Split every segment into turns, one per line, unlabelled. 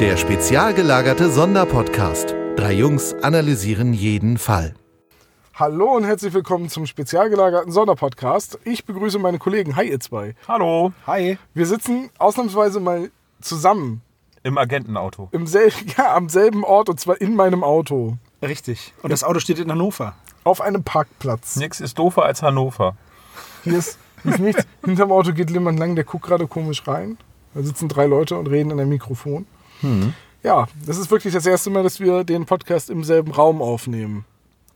Der spezial gelagerte Sonderpodcast. Drei Jungs analysieren jeden Fall.
Hallo und herzlich willkommen zum spezial gelagerten Sonderpodcast. Ich begrüße meine Kollegen. Hi, ihr zwei.
Hallo.
Hi.
Wir sitzen ausnahmsweise mal zusammen
Im Agentenauto.
im selben, ja, am selben Ort und zwar in meinem Auto.
Richtig. Und das Auto steht in Hannover.
Auf einem Parkplatz.
Nix ist doofer als Hannover.
Hier ist, hier ist nichts. Hinterm Auto geht jemand lang, der guckt gerade komisch rein. Da sitzen drei Leute und reden in einem Mikrofon. Ja, das ist wirklich das erste Mal, dass wir den Podcast im selben Raum aufnehmen.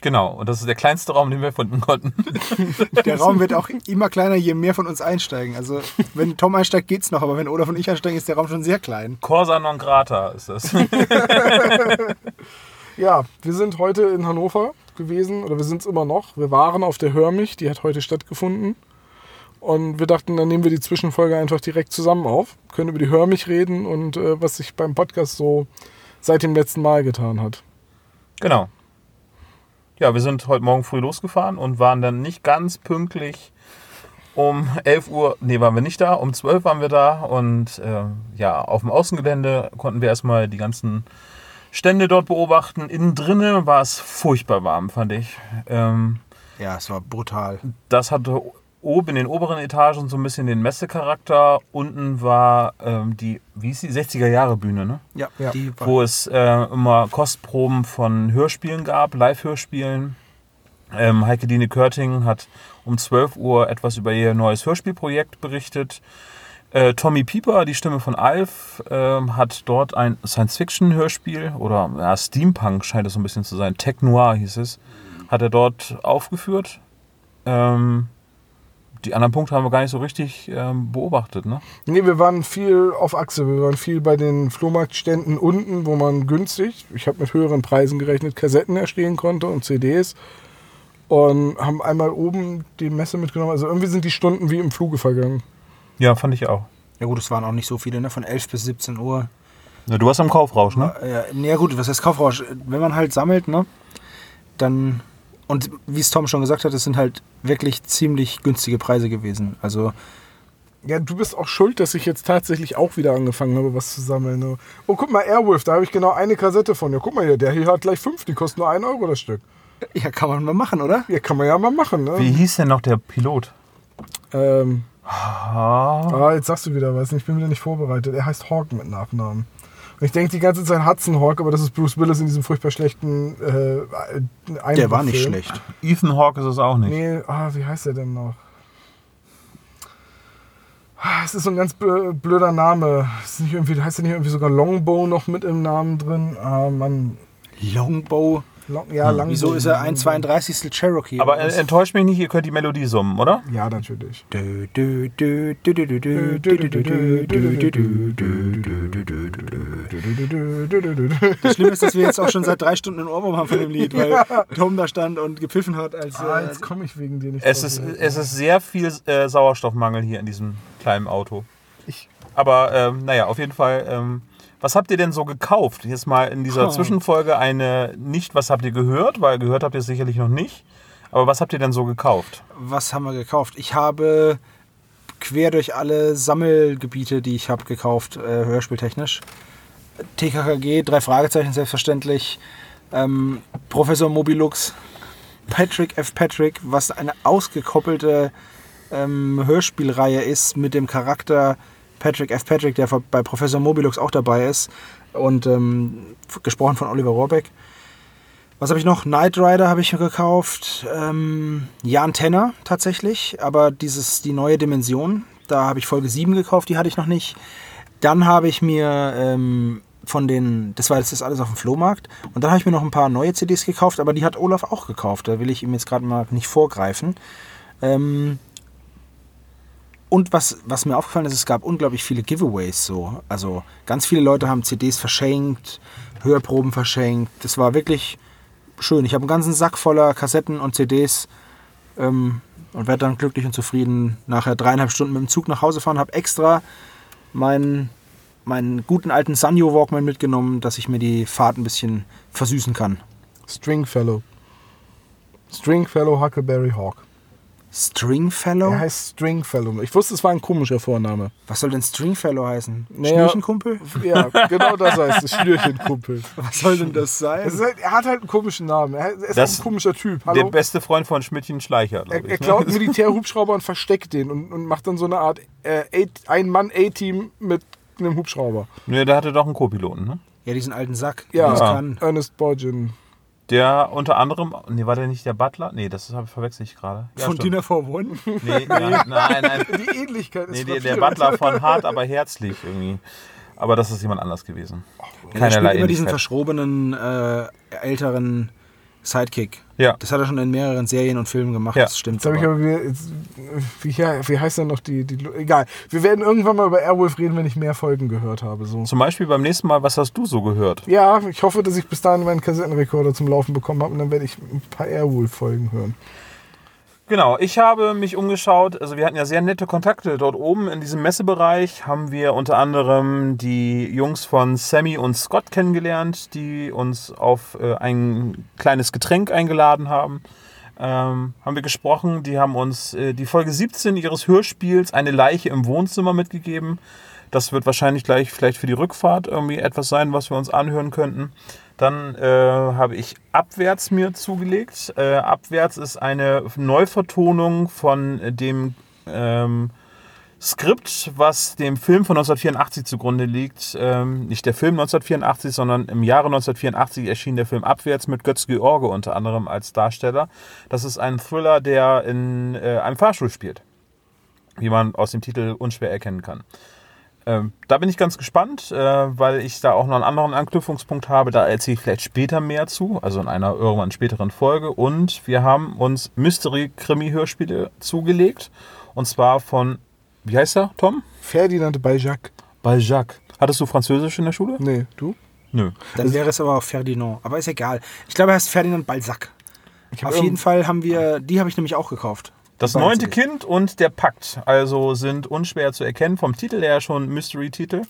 Genau, und das ist der kleinste Raum, den wir finden konnten.
Der Raum wird auch immer kleiner, je mehr von uns einsteigen. Also wenn Tom einsteigt, geht's noch, aber wenn Olaf und ich einsteigen, ist der Raum schon sehr klein.
Corsa non grata ist das.
Ja, wir sind heute in Hannover gewesen oder wir sind es immer noch. Wir waren auf der Hörmich, die hat heute stattgefunden. Und wir dachten, dann nehmen wir die Zwischenfolge einfach direkt zusammen auf, können über die Hörmich reden und äh, was sich beim Podcast so seit dem letzten Mal getan hat.
genau. Ja, wir sind heute Morgen früh losgefahren und waren dann nicht ganz pünktlich um 11 Uhr, nee, waren wir nicht da, um 12 waren wir da und äh, ja, auf dem Außengelände konnten wir erstmal die ganzen Stände dort beobachten. Innen drinne war es furchtbar warm, fand ich. Ähm,
Ja, es war brutal.
das hatte oben in den oberen Etagen so ein bisschen den Messecharakter. Unten war ähm, die, wie hieß die, 60er-Jahre-Bühne, ne?
Ja,
Ja.
die war
wo es äh, immer Kostproben von Hörspielen gab, Live-Hörspielen. Ähm, Heike Dine Körting hat um 12 Uhr etwas über ihr neues Hörspielprojekt berichtet. Äh, Tommy Pieper, die Stimme von Alf, ähm, hat dort ein Science-Fiction-Hörspiel oder ja, Steampunk scheint es so ein bisschen zu sein. Tech Noir hieß es. Hat er dort aufgeführt. Ähm, die anderen Punkte haben wir gar nicht so richtig ähm, beobachtet. Ne?
Nee, wir waren viel auf Achse. Wir waren viel bei den Flohmarktständen unten, wo man günstig, ich habe mit höheren Preisen gerechnet, Kassetten erstehen konnte und CDs. Und haben einmal oben die Messe mitgenommen. Also irgendwie sind die Stunden wie im Fluge vergangen.
Ja, fand ich auch.
ja gut, es waren auch nicht so viele, ne? von 11 bis 17 Uhr. Äh,
Na, du warst am Kaufrausch, ne?
Ja, na ja, gut, was heißt Kaufrausch? Wenn man halt sammelt, ne, dann. Und wie es Tom schon gesagt hat, es sind halt wirklich ziemlich günstige Preise gewesen. Also
Ja, du bist auch schuld, dass ich jetzt tatsächlich auch wieder angefangen habe, was zu sammeln. ne? Oh, guck mal, Airwolf, da habe ich genau eine Kassette von. Ja, guck mal hier, der hier hat gleich fünf, die kosten nur 1 Euro das Stück.
ja, kann man mal machen, oder?
Ja, kann man ja mal machen,
Wie
ne?
hieß denn noch der Pilot?
Ähm, ah, jetzt sagst du wieder was. Ich bin wieder nicht vorbereitet. Er heißt Hawk mit Nachnamen. Und ich denke die ganze Zeit Hudson Hawk, aber das ist Bruce Willis in diesem furchtbar schlechten äh, Einbruchfilm.
Der war nicht schlecht.
Ethan Hawke ist es auch nicht.
Nee, ah, wie heißt er denn noch? Ah, Es ist so ein ganz bl- blöder Name. Ist nicht irgendwie, heißt er nicht irgendwie sogar Longbow noch mit im Namen drin? Ah, Mann.
Longbow.
Long, ja,
Hm,
Longbow.
Wieso ist er ein 32. Cherokee?
Aber äh, enttäuscht mich nicht, ihr könnt die Melodie summen, oder?
Ja, natürlich.
Dö, dö, dö, dö, dö, dö, dö, dö, dö, dö, dö, dö, dö, dö, dö, dö, dö. Das Schlimme ist, dass wir jetzt auch schon seit drei Stunden einen Ohrwurm haben von dem Lied, weil Tom da stand und gepfiffen hat, als
Ah,
äh,
jetzt komme ich wegen dir nicht
Es
drauf.
ist, es ist sehr viel äh, Sauerstoffmangel hier in diesem kleinen Auto. Aber ähm, naja, auf jeden Fall. Ähm, was habt ihr denn so gekauft? Jetzt mal in dieser
Oh.
Zwischenfolge eine nicht, was habt ihr gehört, weil gehört habt ihr es sicherlich noch nicht. Aber was habt ihr denn so gekauft?
was haben wir gekauft? Ich habe quer durch alle Sammelgebiete, die ich habe, gekauft, äh, hörspieltechnisch. TKKG, drei Fragezeichen selbstverständlich, ähm, Professor Mobilux, Patrick F. Patrick, was eine ausgekoppelte ähm, Hörspielreihe ist mit dem Charakter Patrick F. Patrick, der bei Professor Mobilux auch dabei ist und ähm, f- gesprochen von Oliver Rohrbeck. Was habe ich noch? Knight Rider habe ich mir gekauft. Ähm, Jan Tenner tatsächlich, aber dieses, die neue Dimension, da habe ich Folge 7 gekauft, die hatte ich noch nicht. Dann habe ich mir ähm, von den, das war das ist alles auf dem Flohmarkt, und dann habe ich mir noch ein paar neue CDs gekauft, aber die hat Olaf auch gekauft, da will ich ihm jetzt gerade mal nicht vorgreifen. Ähm, und was, was mir aufgefallen ist, es gab unglaublich viele Giveaways so. Also ganz viele Leute haben CDs verschenkt, Hörproben verschenkt. Das war wirklich schön. Ich habe einen ganzen Sack voller Kassetten und CDs ähm, und werde dann glücklich und zufrieden nachher dreieinhalb Stunden mit dem Zug nach Hause fahren. Habe extra meinen, meinen guten alten Sanyo Walkman mitgenommen, dass ich mir die Fahrt ein bisschen versüßen kann.
Stringfellow. Stringfellow Huckleberry Hawk.
Stringfellow?
Er heißt Stringfellow. Ich wusste, es war ein komischer Vorname.
Was soll denn Stringfellow heißen?
Naja-
Schnürchenkumpel?
Ja, genau das heißt es. Schnürchenkumpel.
Was soll denn das sein?
Es ist halt, er hat halt einen komischen Namen. Er ist
Das-
ein komischer Typ.
Der
Hallo?
beste Freund von Schmidtchen Schleicher,
Er,
glaube
er
ich.
klaut
Ne?
einen Militärhubschrauber und versteckt den und, und macht dann so eine Art äh, Eight- Ein-Mann-A-Team mit einem Hubschrauber.
Nee, der hatte doch einen Co-Piloten, ne?
Ja, diesen alten Sack. der
Ja,
Das
Hm.
kann.
Ernest Borgin.
Der unter anderem, nee, war der nicht der Butler? Nee, das habe- verwechsel ich gerade. Ja,
Von
stimmt.
Tina V1?
Nee, nein, nein, nein.
Die Ähnlichkeit ist
Nee, der, der
verführend.
Butler von Hart, aber herzlich irgendwie. Aber das ist jemand anders gewesen.
Ja, der spielt
Keinerlei
immer diesen
Ähnlichkeit.
verschrobenen, äh, älteren Sidekick.
Ja.
Das hat er schon in mehreren Serien und Filmen gemacht,
Ja.
das stimmt.
Jetzt habe ich
aber.
aber wieder, jetzt, wie, ja, wie heißt denn noch die, die. Egal. Wir werden irgendwann mal über Airwolf reden, wenn ich mehr Folgen gehört habe. So.
Zum Beispiel beim nächsten Mal, was hast du so gehört?
Ja, ich hoffe, dass ich bis dahin meinen Kassettenrekorder zum Laufen bekommen habe und dann werde ich ein paar Airwolf-Folgen hören.
Genau, ich habe mich umgeschaut. Also wir hatten ja sehr nette Kontakte. Dort oben in diesem Messebereich haben wir unter anderem die Jungs von Sammy und Scott kennengelernt, die uns auf äh, ein kleines Getränk eingeladen haben. Ähm, haben wir gesprochen. Die haben uns äh, die Folge 17 ihres Hörspiels Eine Leiche im Wohnzimmer mitgegeben. Das wird wahrscheinlich gleich vielleicht für die Rückfahrt irgendwie etwas sein, was wir uns anhören könnten. Dann äh, habe ich Abwärts mir zugelegt. Äh, Abwärts ist eine Neuvertonung von dem ähm, Skript, was dem Film von 1984 zugrunde liegt. Ähm, nicht der Film 1984, sondern im Jahre 1984 erschien der Film Abwärts mit Götz George unter anderem als Darsteller. Das ist ein Thriller, der in äh, einem Fahrstuhl spielt, wie man aus dem Titel unschwer erkennen kann. Ähm, da bin ich ganz gespannt, äh, weil ich da auch noch einen anderen Anknüpfungspunkt habe. Da erzähle ich vielleicht später mehr zu, also in einer irgendwann späteren Folge. Und wir haben uns Mystery-Krimi-Hörspiele zugelegt. Und zwar von, wie heißt er, Tom?
Ferdinand bei Jacques.
Balzac. Hattest du Französisch in der Schule?
Nee, du?
Nö.
Dann wäre es aber auch Ferdinand. Aber ist egal. Ich glaube, er heißt Ferdinand Balzac. Auf jeden Fall haben wir, die habe ich nämlich auch gekauft.
Das
Die
neunte
Balzac.
Kind und der Pakt, also sind unschwer zu erkennen, vom Titel her schon Mystery-Titel.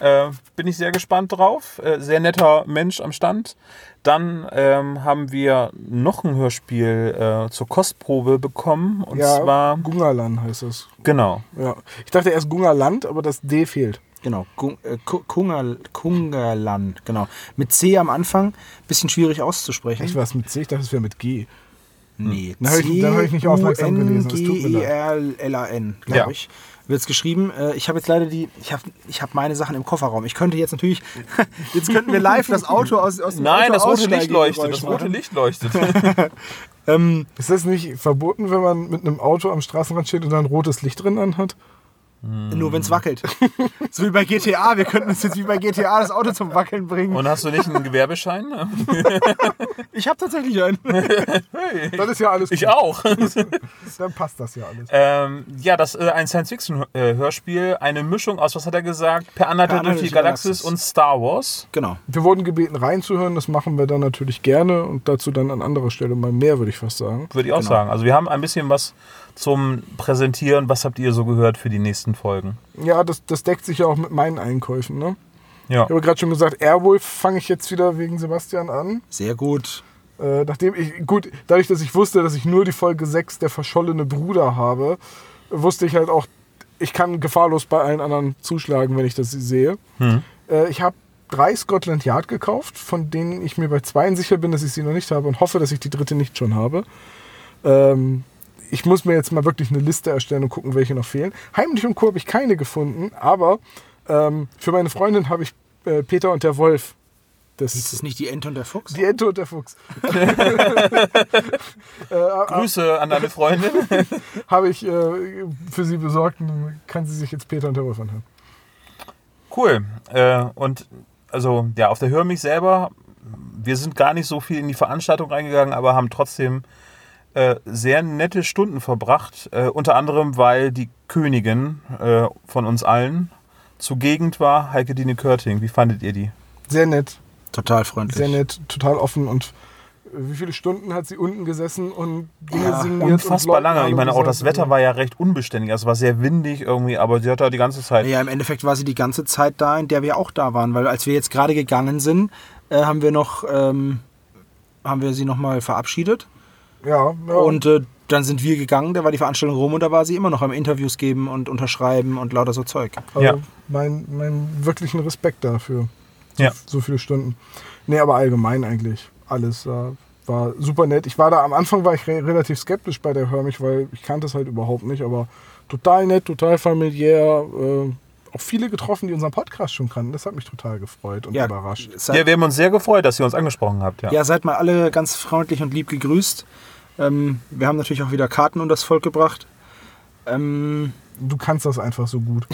Äh, bin ich sehr gespannt drauf. Äh, sehr netter Mensch am Stand. Dann ähm, haben wir noch ein Hörspiel äh, zur Kostprobe bekommen. Und
ja,
zwar,
Gungalan heißt das.
genau,
Ja. Ich dachte erst Gungaland, aber das D fehlt.
Genau, Gung- äh, Ku- Kungal- Kungalan, genau. Mit C am Anfang, bisschen schwierig auszusprechen.
Ich war es mit C, ich dachte, es wäre mit G.
Nee,
Dann hab ich- dann hab ich nicht aufmerksam gelesen,
E
es tut mir
C-U-N-G-I-R-L-A-N, glaube
Ja.
ich. Wird es geschrieben. Äh, Ich habe jetzt leider die, ich habe ich hab meine Sachen im Kofferraum. Ich könnte jetzt natürlich, jetzt könnten wir live das Auto aus, aus dem
Nein,
Auto
das rote Licht
aussteigen,
leuchtet.
Geräusch
Das rote
machen.
Licht leuchtet. Hm.
Ähm,
Ist das nicht verboten, wenn man mit einem Auto am Straßenrand steht und da ein rotes Licht drin anhat?
Nur wenn es wackelt. so wie bei GTA. Wir könnten uns jetzt wie bei GTA das Auto zum Wackeln bringen.
Und hast du nicht einen Gewerbeschein?
Ich habe tatsächlich einen.
Dann ist ja alles
Ich auch.
Dann passt das ja alles.
Ähm, ja, das äh, ein Science-Fiction-Hörspiel. Eine Mischung aus, was hat er gesagt? Per Anhalter durch die Galaxis und Star Wars.
Genau.
Wir wurden gebeten reinzuhören, das machen wir dann natürlich gerne und dazu dann an anderer Stelle mal mehr, würde ich fast sagen.
Würde ich auch sagen. Also wir haben ein bisschen was zum Präsentieren. Was habt ihr so gehört für die nächsten Folgen?
Ja, das, das deckt sich ja auch mit meinen Einkäufen. Ne?
Ja.
Ich habe gerade schon gesagt, Airwolf fange ich jetzt wieder wegen Sebastian an.
Sehr gut.
Äh, nachdem ich, gut, dadurch, dass ich wusste, dass ich nur die Folge 6 der verschollene Bruder habe, wusste ich halt auch, ich kann gefahrlos bei allen anderen zuschlagen, wenn ich das sehe. Äh, ich habe drei Scotland Yard gekauft, von denen ich mir bei zweien sicher bin, dass ich sie noch nicht habe und hoffe, dass ich die dritte nicht schon habe. Ähm, ich muss mir jetzt mal wirklich eine Liste erstellen und gucken, welche noch fehlen. Heimlich und Co. habe ich keine gefunden, aber ähm, für meine Freundin habe ich äh, Peter und der Wolf. Das
Ist es nicht die Ente und der Fuchs?
die Ente und der Fuchs.
Grüße an deine Freundin.
Habe ich äh, für sie besorgt und dann kann sie sich jetzt Peter und der Wolf anhören.
cool. Äh, und also ja, auf der Hör mich selber. Wir sind gar nicht so viel in die Veranstaltung reingegangen, aber haben trotzdem äh, sehr nette Stunden verbracht. Äh, unter anderem, weil die Königin äh, von uns allen zugegend war, Heike Dine Körting. Wie fandet ihr die?
Sehr nett,
Total freundlich.
sehr nett, total offen und äh, wie viele Stunden hat sie unten gesessen und Dinge
Ja,
signiert?
Unfassbar
und Leuten
lange. Ich meine, auch
angesagt?
das Wetter war ja recht unbeständig. Also Es war sehr windig irgendwie, aber sie hat da die ganze Zeit
Ja, im Endeffekt war sie die ganze Zeit da, in der wir auch da waren, weil als wir jetzt gerade gegangen sind, äh, haben wir noch ähm, haben wir sie noch mal verabschiedet
Ja, ja.
und äh, dann sind wir gegangen, da war die Veranstaltung rum und da war sie immer noch am Interviews geben und unterschreiben und lauter so Zeug.
Also
Ja.
mein, mein wirklichen Respekt dafür.
Ja.
So viele Stunden. Nee, aber allgemein eigentlich alles. Äh, war super nett. Ich war da am Anfang war ich re relativ skeptisch bei der Hörmich, weil ich kannte es halt überhaupt nicht, aber total nett, total familiär. Äh, auch viele getroffen, die unseren Podcast schon kannten. Das hat mich total gefreut und
Ja.
überrascht.
Seid,
Ja, wir haben uns sehr gefreut, dass ihr uns angesprochen habt. Ja.
ja, seid mal alle ganz freundlich und lieb gegrüßt. Ähm, wir haben natürlich auch wieder Karten und das Volk gebracht. Ähm,
Du kannst das einfach so gut.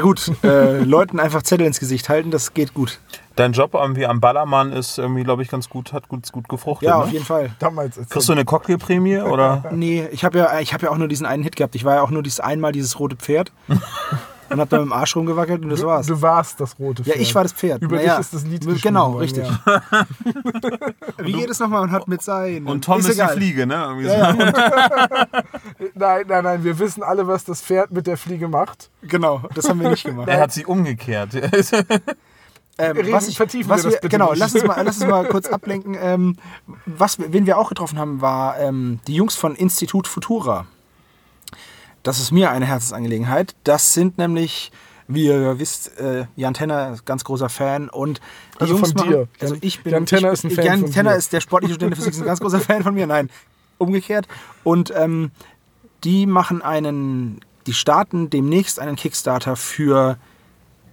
gut, äh, Leuten einfach Zettel ins Gesicht halten, das geht gut.
Dein Job irgendwie am Ballermann ist irgendwie, glaube ich, ganz gut, hat gut, gut gefruchtet.
Ja,
ne?
auf jeden Fall.
Damals als
Kriegst du eine Cocktailprämie oder?
Nee, ich habe ja, ich hab ja auch nur diesen einen Hit gehabt. Ich war ja auch nur dieses einmal dieses rote Pferd und hab dann mit dem Arsch rumgewackelt und das war's.
Du warst das rote
Ja,
Pferd.
ich war das Pferd.
Über
Naja,
dich ist das Lied
genau,
geschrieben worden,
richtig.
Ja.
Wie geht es nochmal und hat mit sein?
Und Tom ist,
egal.
die Fliege, ne? Irgendwie so.
Nein, nein, nein, wir wissen alle, was das Pferd mit der Fliege macht.
Genau, das haben wir nicht gemacht.
Er hat sie umgekehrt.
Ähm,
Reden, vertiefen wir das bitte
Genau,
nicht.
lass uns mal, lass uns mal kurz ablenken. Ähm, was, wir- wen wir auch getroffen haben, war ähm, die Jungs von Institut Futura. Das ist mir eine Herzensangelegenheit. Das sind nämlich, wie ihr wisst, äh, Jan Tenner ist ganz großer Fan und die
Also
Jungs
von dir.
Machen, also
Jan-
ich bin,
Jan Tenner
ich,
ist ein Fan
Jan
von
Tenner
dir.
ist der sportliche Student der Physik, ist ein ganz großer Fan von mir. Nein, umgekehrt. Und ähm, die machen einen, die starten demnächst einen Kickstarter für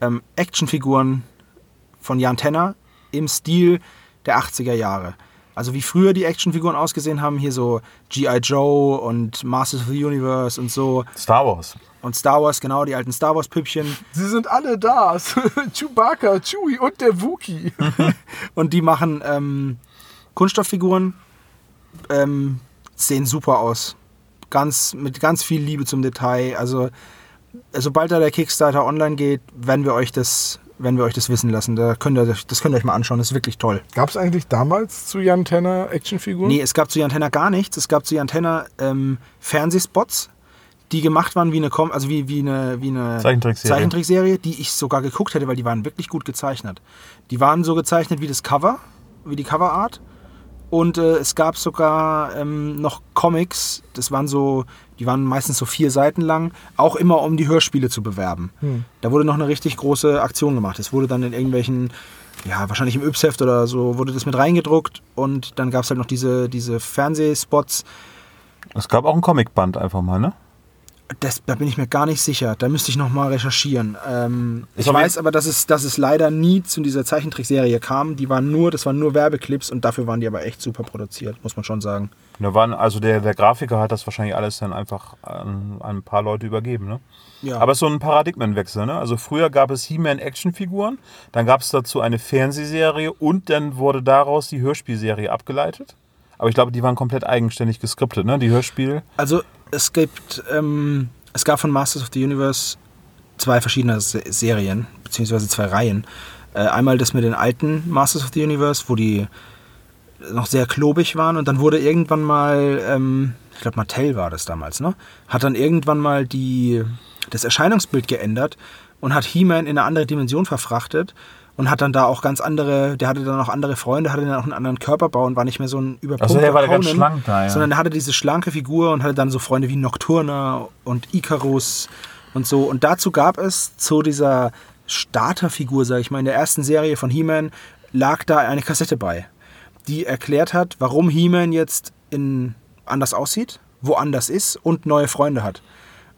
ähm, Actionfiguren von Jan Tenner im Stil der 80er Jahre. Also wie früher die Actionfiguren ausgesehen haben, hier so G.I. Joe und Masters of the Universe und so
Star Wars.
und Star Wars, genau, die alten Star Wars Püppchen
Sie sind alle da. Chewbacca, Chewie und der Wookie.
und die machen ähm, Kunststofffiguren, ähm, sehen super aus. Ganz, mit ganz viel Liebe zum Detail. Also sobald da der Kickstarter online geht, werden wir euch das, werden wir euch das wissen lassen. Da könnt ihr, das könnt ihr euch mal anschauen, das ist wirklich toll.
Gab es eigentlich damals zu Jan Tenner Actionfiguren?
Nee, es gab zu Jan Tenner gar nichts. Es gab zu Jan Tenner ähm, Fernsehspots, die gemacht waren wie eine, Com also wie, wie eine, wie eine
Zeichentrickserie.
Zeichentrickserie, die ich sogar geguckt hätte, weil die waren wirklich gut gezeichnet. Die waren so gezeichnet wie das Cover, wie die Coverart. Und äh, es gab sogar ähm, noch Comics, das waren so, die waren meistens so vier Seiten lang, auch immer um die Hörspiele zu bewerben. Da wurde noch eine richtig große Aktion gemacht. Es wurde dann in irgendwelchen, ja, wahrscheinlich im Yps-Heft oder so, wurde das mit reingedruckt und dann gab es halt noch diese, diese Fernsehspots.
Es gab auch ein Comicband einfach mal, ne?
Das, da bin ich mir gar nicht sicher. Da müsste ich nochmal recherchieren. Ähm, ich
hab
weiß aber, dass es, dass es leider nie zu dieser Zeichentrickserie kam. Die waren nur, das waren nur Werbeclips und dafür waren die aber echt super produziert, muss man schon sagen.
Da waren, also der, der Grafiker hat das wahrscheinlich alles dann einfach an, an ein paar Leute übergeben, ne?
Ja.
Aber es ist so ein Paradigmenwechsel, ne? Also früher gab es He-Man-Actionfiguren, dann gab es dazu eine Fernsehserie und dann wurde daraus die Hörspielserie abgeleitet. Aber ich glaube, die waren komplett eigenständig geskriptet, ne? Die Hörspiele.
Also es gibt, ähm, es gab von Masters of the Universe zwei verschiedene Se Serien, beziehungsweise zwei Reihen. Äh, einmal das mit den alten Masters of the Universe, wo die noch sehr klobig waren und dann wurde irgendwann mal, ähm, ich glaube Mattel war das damals, ne? Hat dann irgendwann mal die, das Erscheinungsbild geändert und hat He-Man in eine andere Dimension verfrachtet und hat dann da auch ganz andere, der hatte dann auch andere Freunde, hatte dann auch einen anderen Körperbau und war nicht mehr so ein überpumpter
Also der war
Conan,
ganz schlank da, ja.
sondern er hatte diese schlanke Figur und hatte dann so Freunde wie Nocturna und Icarus und so. Und dazu gab es zu dieser Starterfigur, sage ich mal, in der ersten Serie von He-Man lag da eine Kassette bei, die erklärt hat, warum He-Man jetzt in, anders aussieht, woanders ist und neue Freunde hat.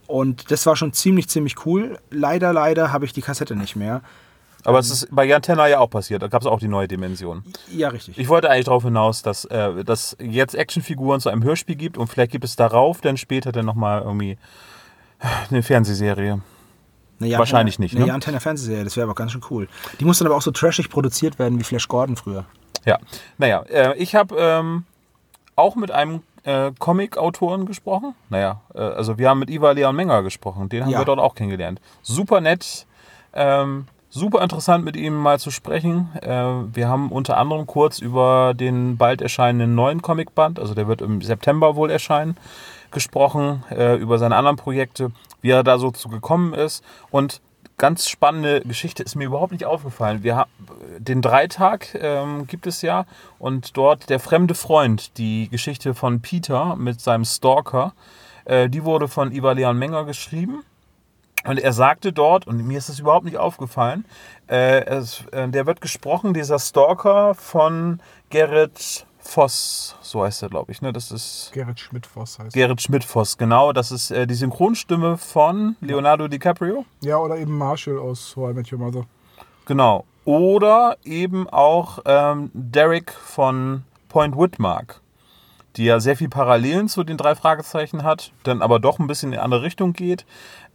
Und das war schon ziemlich, ziemlich cool. Leider, leider habe ich die Kassette nicht mehr.
Aber es ist bei Jan Tenner ja auch passiert. Da gab es auch die neue Dimension.
Ja, richtig.
Ich wollte eigentlich darauf hinaus, dass äh, dass jetzt Actionfiguren zu einem Hörspiel gibt und vielleicht gibt es darauf dann später dann nochmal irgendwie eine Fernsehserie.
Eine Jan
Wahrscheinlich
Tenner-
nicht,
Eine
ne?
Jan Tenner Fernsehserie, das wäre aber ganz schön cool. Die muss dann aber auch so trashig produziert werden wie Flash Gordon früher.
Ja, naja, äh, ich habe ähm, auch mit einem äh, Comic-Autoren gesprochen. Naja, äh, also wir haben mit Iva Leon Menger gesprochen. Den haben
Ja.
wir dort auch kennengelernt. Super nett, ähm, super interessant mit ihm mal zu sprechen. Äh, wir haben unter anderem kurz über den bald erscheinenden neuen Comicband, also der wird im September wohl erscheinen, gesprochen, äh, über seine anderen Projekte, wie er da so zu gekommen ist und ganz spannende Geschichte ist mir überhaupt nicht aufgefallen. Wir haben den Dreitag ähm, gibt es ja und dort der fremde Freund, die Geschichte von Peter mit seinem Stalker, äh, die wurde von Iva Leon Menger geschrieben. Und er sagte dort, und mir ist das überhaupt nicht aufgefallen, äh, es, äh, der wird gesprochen, dieser Stalker von Gerrit Voss, so heißt er, glaube ich. Ne? Das ist
Gerrit Schmidt-Voss heißt
Gerrit Schmidt-Voss, genau. Das ist äh, die Synchronstimme von Leonardo DiCaprio.
Ja, oder eben Marshall aus How I Met Your Mother.
Genau. Oder eben auch ähm, Derek von Point Whitmark, die ja sehr viel Parallelen zu den drei Fragezeichen hat, dann aber doch ein bisschen in eine andere Richtung geht.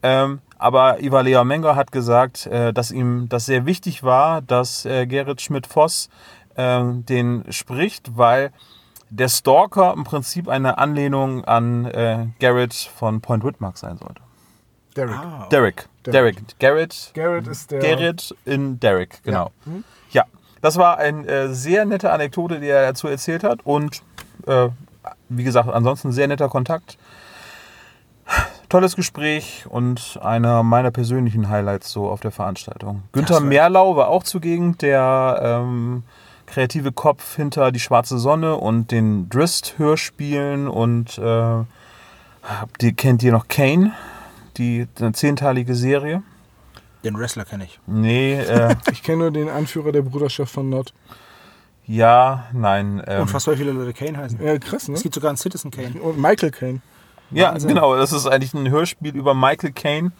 Ähm, aber Iva Lea Menger hat gesagt, äh, dass ihm das sehr wichtig war, dass äh, Gerrit Schmidt-Voss ähm, den spricht, weil der Stalker im Prinzip eine Anlehnung an äh, Garrett von Point Whitmark sein sollte.
Derek.
Ah.
Derek. Derek. Garrett.
Garrett ist der.
Gerrit in Derek, genau. Ja, das war eine äh, sehr nette Anekdote, die er dazu erzählt hat. Und äh, wie gesagt, ansonsten sehr netter Kontakt. Tolles Gespräch und einer meiner persönlichen Highlights so auf der Veranstaltung. Günther Merlau war auch zugegen, der ähm, kreative Kopf hinter Die Schwarze Sonne und den Drist-Hörspielen und äh, habt ihr- kennt ihr noch Kane, die eine zehnteilige Serie?
Den Wrestler kenne ich.
Nee, äh,
Ich kenne nur den Anführer der Bruderschaft von Nord.
ja, nein. Ähm,
Unfassbar viele Leute Kane heißen.
Ja, krass, ne?
Es gibt sogar einen Citizen Kane.
Und Michael Caine.
Ja,
Wahnsinn.
genau. Das ist eigentlich ein Hörspiel über Michael Caine,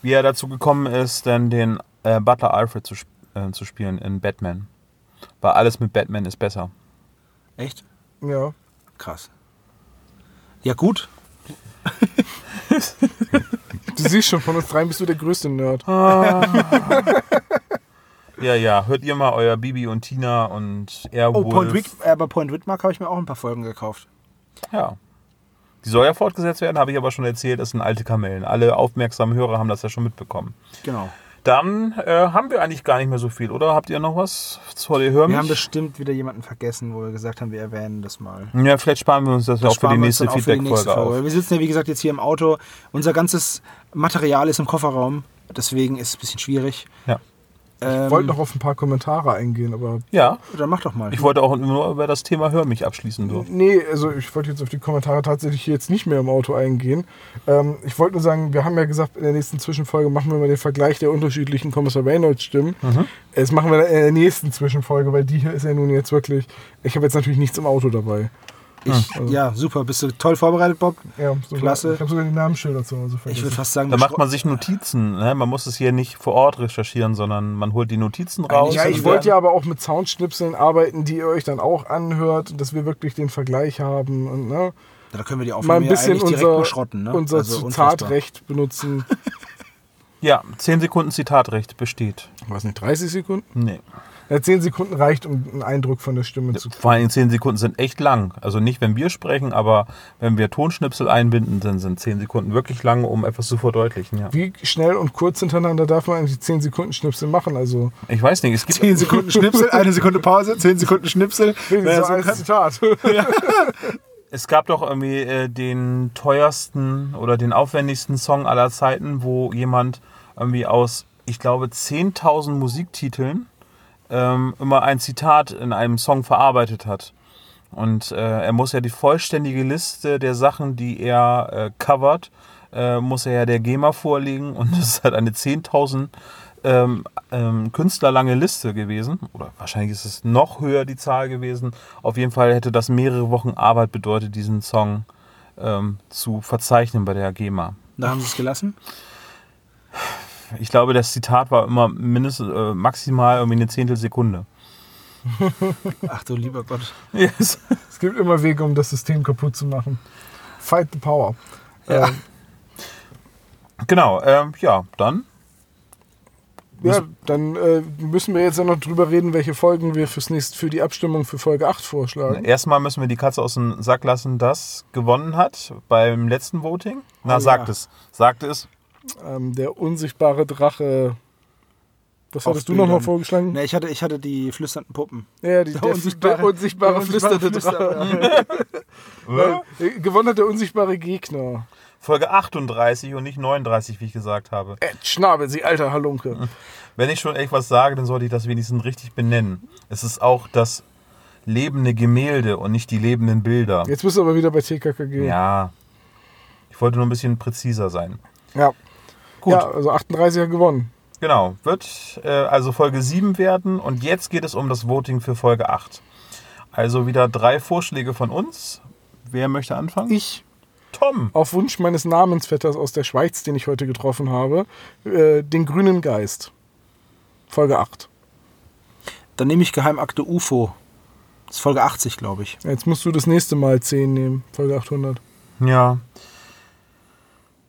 wie er dazu gekommen ist, dann den äh, Butler Alfred zu, sp äh, zu spielen in Batman. Weil alles mit Batman ist besser.
Echt?
Ja.
Krass. Ja, gut.
Du siehst schon, von uns dreien bist du der größte Nerd.
Ähm.
Ja, ja. Hört ihr mal euer Bibi und Tina und Airwolf.
Oh, Point Whit äh, bei Point Whitmark habe ich mir auch ein paar Folgen gekauft.
Ja. Die soll ja fortgesetzt werden, habe ich aber schon erzählt. Das sind alte Kamellen. Alle aufmerksamen Hörer haben das ja schon mitbekommen.
Genau.
Dann äh, haben wir eigentlich gar nicht mehr so viel, oder? Habt ihr noch was? Soll ihr hören?
Wir haben bestimmt wieder jemanden vergessen, wo wir gesagt haben, wir erwähnen das mal.
ja, vielleicht sparen wir uns das, auch für die
sparen wir uns
nächste
dann auch für die nächste
Feedback-Folge auf.
Wir sitzen ja, wie gesagt, jetzt hier im Auto. Unser ganzes Material ist im Kofferraum. Deswegen ist es ein bisschen schwierig.
Ja.
Ähm,
Ich wollte noch auf ein paar Kommentare eingehen, aber.
Ja,
Dann mach doch mal.
Ich wollte auch nur über das Thema Hör mich abschließen dürfen.
Nee, also ich wollte jetzt auf die Kommentare tatsächlich jetzt nicht mehr im Auto eingehen. Ähm, ich wollte nur sagen, wir haben ja gesagt, in der nächsten Zwischenfolge machen wir mal den Vergleich der unterschiedlichen Kommissar Reynolds-Stimmen. Das machen wir in der nächsten Zwischenfolge, weil die hier ist ja nun jetzt wirklich. Ich habe jetzt natürlich nichts im Auto dabei.
Ich, ja, super. Bist du toll vorbereitet, Bob?
Ja, sogar,
Klasse.
Ich habe sogar die Namensschilder zu Hause
Ich
vergessen.
würde fast sagen,
Da
wir
macht
schro-
man sich Notizen. Ne? Man muss es hier nicht vor Ort recherchieren, sondern man holt die Notizen raus. Also,
ja,
und
ich wollte ja
dann-
aber auch mit Soundschnipseln arbeiten, die ihr euch dann auch anhört, und dass wir wirklich den Vergleich haben und ne,
da können wir die
mal
Aufnahme
ein
ja
bisschen
eigentlich direkt
unser,
beschrotten. Ne?
unser
unfassbar.
Zitatrecht benutzen.
Ja, 10 Sekunden Zitatrecht besteht.
Was nicht, 30 Sekunden?
Nee.
Ja, 10 Sekunden reicht, um einen Eindruck von der Stimme zu
Vor allem 10 Sekunden sind echt lang. Also nicht, wenn wir sprechen, aber wenn wir Tonschnipsel einbinden, dann sind 10 Sekunden wirklich lang, um etwas zu verdeutlichen. Ja.
Wie schnell und kurz hintereinander darf man eigentlich 10 Sekunden Schnipsel machen? Also,
Ich weiß nicht, es gibt
10 Sekunden Schnipsel, eine Sekunde Pause, 10 Sekunden Schnipsel.
wenigstens
Wer
so
so
also als
kann-
Zitat.
Es gab doch irgendwie äh, den teuersten oder den aufwendigsten Song aller Zeiten, wo jemand irgendwie aus, ich glaube, 10.000 Musiktiteln ähm, immer ein Zitat in einem Song verarbeitet hat. Und äh, er muss ja die vollständige Liste der Sachen, die er äh, covert, äh, muss er ja der GEMA vorlegen. Und das ist halt eine 10.000 ähm, ähm, künstlerlange Liste gewesen. Oder wahrscheinlich ist es noch höher die Zahl gewesen. Auf jeden Fall hätte das mehrere Wochen Arbeit bedeutet, diesen Song ähm, zu verzeichnen bei der GEMA.
Da haben sie es gelassen.
Ich glaube, das Zitat war immer mindestens äh, maximal irgendwie eine Zehntelsekunde.
Ach du lieber Gott.
Yes.
es gibt immer Wege, um das System kaputt zu machen. Fight the power.
Ja.
Ähm,
Genau, ähm, ja, dann.
ja, dann äh, müssen wir jetzt ja noch drüber reden, welche Folgen wir fürs nächste, für die Abstimmung für Folge 8 vorschlagen.
Erstmal müssen wir die Katze aus dem Sack lassen, das gewonnen hat beim letzten Voting. Na,
Oh,
sagt
ja.
es. Sagt es.
Ähm, der unsichtbare Drache. Was hattest du nochmal
Bildern.
vorgeschlagen?
Ne, ich hatte, ich hatte die flüsternden Puppen.
Ja, die, der,
unsichtbare-
der unsichtbare
der unsichtbare
flüsternde Drache. Nein, äh, gewonnen hat der unsichtbare Gegner.
Folge 38 und nicht 39, wie ich gesagt habe.
Äh, Schnabel, sie alter Halunke.
Wenn ich schon echt was sage, dann sollte ich das wenigstens richtig benennen. Es ist auch das lebende Gemälde und nicht die lebenden Bilder.
Jetzt bist du aber wieder bei TKKG.
Ja. Ich wollte nur ein bisschen präziser sein.
ja.
Gut.
Ja, also 38 hat gewonnen.
Genau, wird äh, also Folge 7 werden und jetzt geht es um das Voting für Folge 8. Also wieder drei Vorschläge von uns. Wer möchte anfangen?
Ich,
Tom.
auf Wunsch meines Namensvetters aus der Schweiz, den ich heute getroffen habe, äh, den grünen Geist. Folge 8.
Dann nehme ich Geheimakte UFO. Das ist Folge 80, glaube ich.
Jetzt musst du das nächste Mal 10 nehmen, Folge 800.
Ja.